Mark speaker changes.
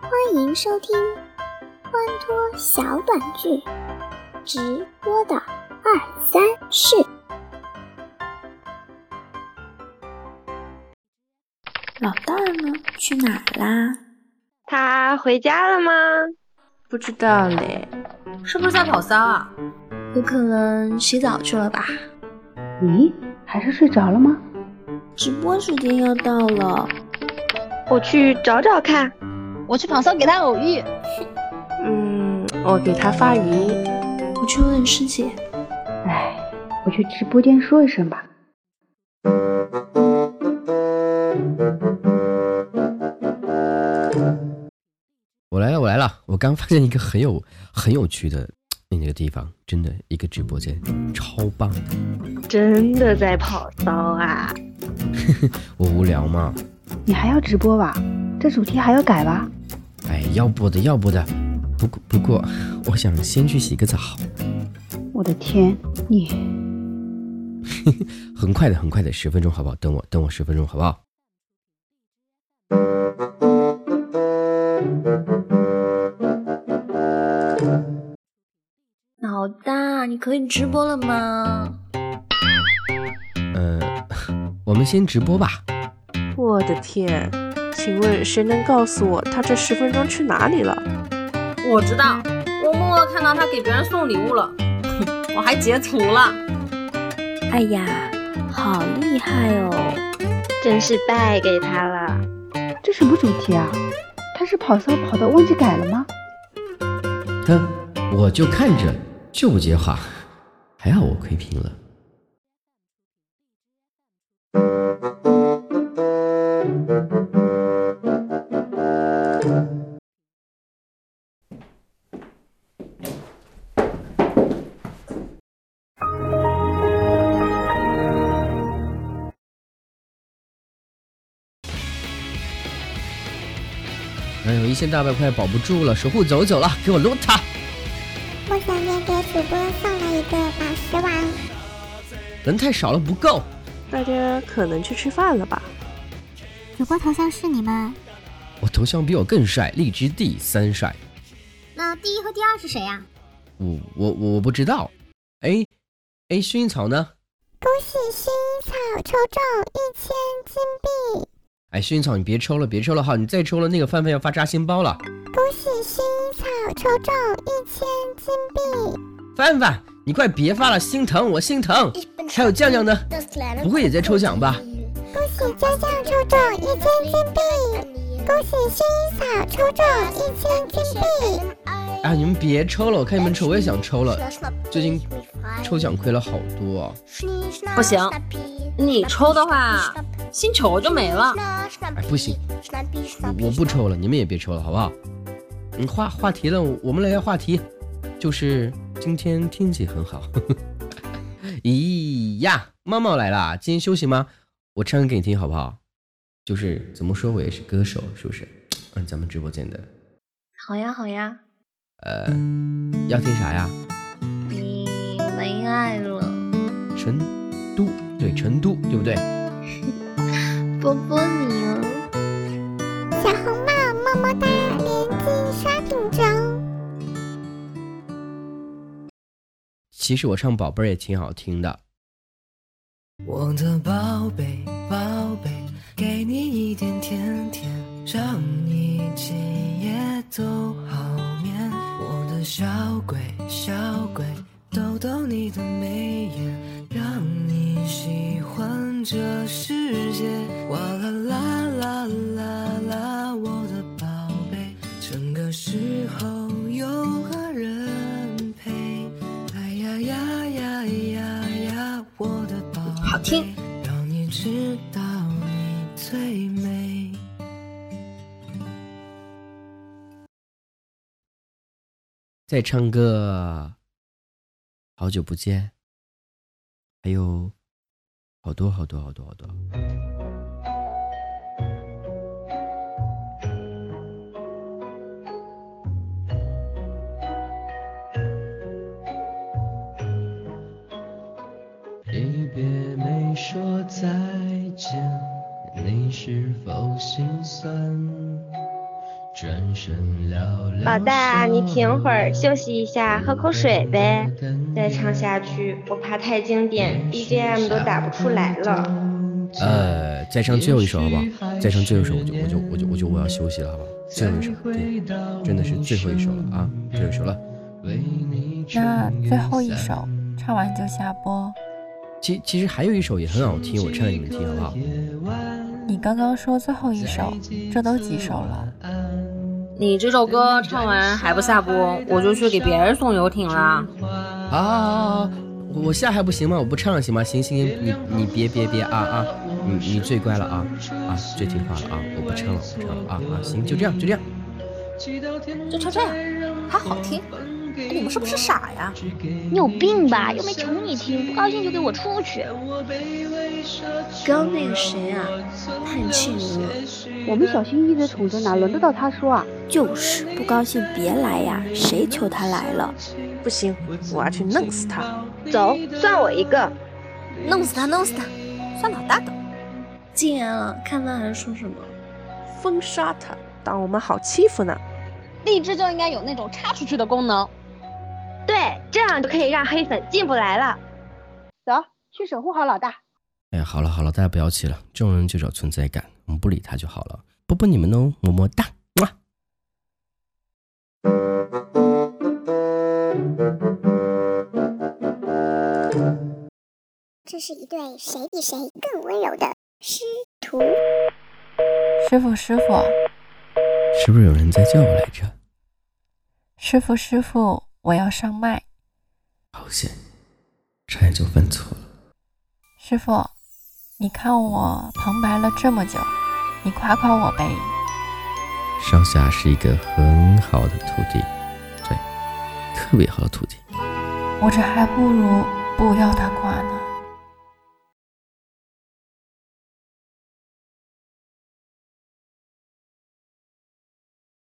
Speaker 1: 欢迎收听《欢脱小短剧》直播的二三事。
Speaker 2: 老大呢？去哪儿啦？
Speaker 3: 他回家了吗？
Speaker 2: 不知道嘞，
Speaker 4: 是不是在跑骚啊？
Speaker 5: 有可能洗澡去了吧？
Speaker 6: 咦，还是睡着了吗？
Speaker 2: 直播时间要到了，
Speaker 3: 我去找找看。
Speaker 7: 我去跑骚给他偶遇。
Speaker 8: 嗯，我给他发语音。
Speaker 2: 我去问师姐。
Speaker 6: 哎，我去直播间说一声吧。
Speaker 9: 我来了，我来了！我刚发现一个很有很有趣的那个地方，真的一个直播间，超棒！
Speaker 3: 真的在跑骚啊？
Speaker 9: 我无聊嘛。
Speaker 6: 你还要直播吧？这主题还要改吧？
Speaker 9: 哎，要不的，要不的。不过不过，我想先去洗个澡。
Speaker 6: 我的天，你
Speaker 9: 很快的，很快的，十分钟好不好？等我，等我十分钟好不好？
Speaker 5: 老大，你可以直播了吗？
Speaker 9: 嗯、 我们先直播吧。
Speaker 8: 我的天，请问谁能告诉我他这十分钟去哪里了？
Speaker 4: 我知道，我默默看到他给别人送礼物了， 我还截图了。
Speaker 2: 哎呀，好厉害哦！
Speaker 3: 真是败给他了。
Speaker 6: 这什么主题啊？他是跑骚跑到忘记改了吗？
Speaker 9: 哼，我就看着就不接话，还好我窥屏了。哎呦，一线大白快保不住了，守护走走了，给我撸他！
Speaker 1: 我想念给主播送了一个宝石王，
Speaker 9: 人太少了不够。
Speaker 8: 大家可能去吃饭了吧？
Speaker 10: 主播头像是你吗？
Speaker 9: 我头像比我更帅，荔枝第三帅。
Speaker 10: 那第一和第二是谁啊呀、
Speaker 9: 我我我我不知道。哎哎，薰衣草呢？
Speaker 1: 恭喜薰衣草抽中一千金币，
Speaker 9: 哎，薰衣草你别抽了，别抽了哈，你再抽了那个范范要发扎心包了。
Speaker 1: 恭喜薰衣草抽中一千金币。
Speaker 9: 范范，你快别发了，心疼我心疼。还有酱酱呢？不会也在抽奖吧？
Speaker 1: 恭喜江江抽中一千金币，恭喜薰衣草抽中一千金币。
Speaker 9: 啊，你们别抽了，我看你们抽我也想抽了，最近抽奖亏了好多、啊。
Speaker 4: 不行，你抽的话，星球就没了。
Speaker 9: 哎，不行，我我不抽了，你们也别抽了，好不好？嗯，话话题了，我们来聊话题，就是今天天气很好。 咦呀，猫猫来啦！今天休息吗？我唱歌给你听好不好？就是怎么说我也是歌手，是不是？嗯，咱们直播间的，
Speaker 5: 好呀，好呀，
Speaker 9: 呃，要听啥呀？
Speaker 5: 你嗯没爱了，
Speaker 9: 成都，对，成都，对不对？
Speaker 5: 波波你哦，
Speaker 1: 小红帽么么哒，连击刷屏中。
Speaker 9: 其实我唱宝贝儿也挺好听的。
Speaker 11: 我的宝贝，宝贝，给你一点甜甜，让你今夜都好眠。我的小鬼，小鬼，逗逗你的眉眼，让你喜欢这世界。哇啦啦啦啦啦，我的宝贝，整个时候有个人陪。哎呀呀呀呀呀，我的宝贝，
Speaker 4: 好听，
Speaker 11: 让你知道你最美。
Speaker 9: 再唱个《好久不见》，还有好多好多好多好多。
Speaker 11: 一别没说再见，你是否心酸？转身聊聊
Speaker 3: 老大，啊你停会儿，休息一下，喝口水呗。再唱下去，我怕太经典，BGM 都打不出来了。
Speaker 9: 呃，再唱最后一首好不好？再唱最后一首我就我就我就我就我要休息了，好不好？最后一首，对，真的是最后一首了啊，最后一首了。
Speaker 12: 那最后一首唱完就下播。
Speaker 9: 其其实还有一首也很好听，我唱给你们听好不好？
Speaker 12: 你刚刚说最后一首，这都几首了？
Speaker 4: 你这首歌唱完还不下播，我就去给别人送游艇啦。
Speaker 9: 啊，我我下还不行吗？我不唱了行吗？行行行，你你别别别啊啊，你你最乖了啊啊，最听话了啊，我不唱了，我不唱了啊啊，行，就这样就这样。
Speaker 4: 就唱这样，还好听？哎你们是不是傻呀？
Speaker 7: 你有病吧？又没求你听，不高兴就给我出去。
Speaker 5: 刚那个谁啊，太气人了。
Speaker 6: 我们小心翼翼的宠着呢，轮得到他说啊？
Speaker 2: 就是不高兴别来呀，谁求他来了？
Speaker 8: 不行，我要去弄死他！
Speaker 3: 走，算我一个，
Speaker 5: 弄死他，弄死他，算老大的。禁言了，啊看他还说什么？
Speaker 8: 封杀他，当我们好欺负呢？
Speaker 7: 荔枝就应该有那种插出去的功能。
Speaker 3: 对，这样就可以让黑粉进不来了。
Speaker 7: 走，去守护好老大。
Speaker 9: 哎，好了好了，大家不要气了，这种人就找存在感，我们不理他就好了。波波你们呢？么么哒，哇！
Speaker 1: 这是一对谁比谁更温柔的师徒。
Speaker 12: 师傅，师傅，
Speaker 9: 是不是有人在叫我来着？
Speaker 12: 师傅，师傅，我要上麦。
Speaker 9: 好险，差点就犯错了。
Speaker 12: 师傅，你看我旁白了这么久，你夸夸我呗。
Speaker 9: 少侠是一个很好的徒弟，对，特别好的徒弟。
Speaker 12: 我这还不如不要他夸呢。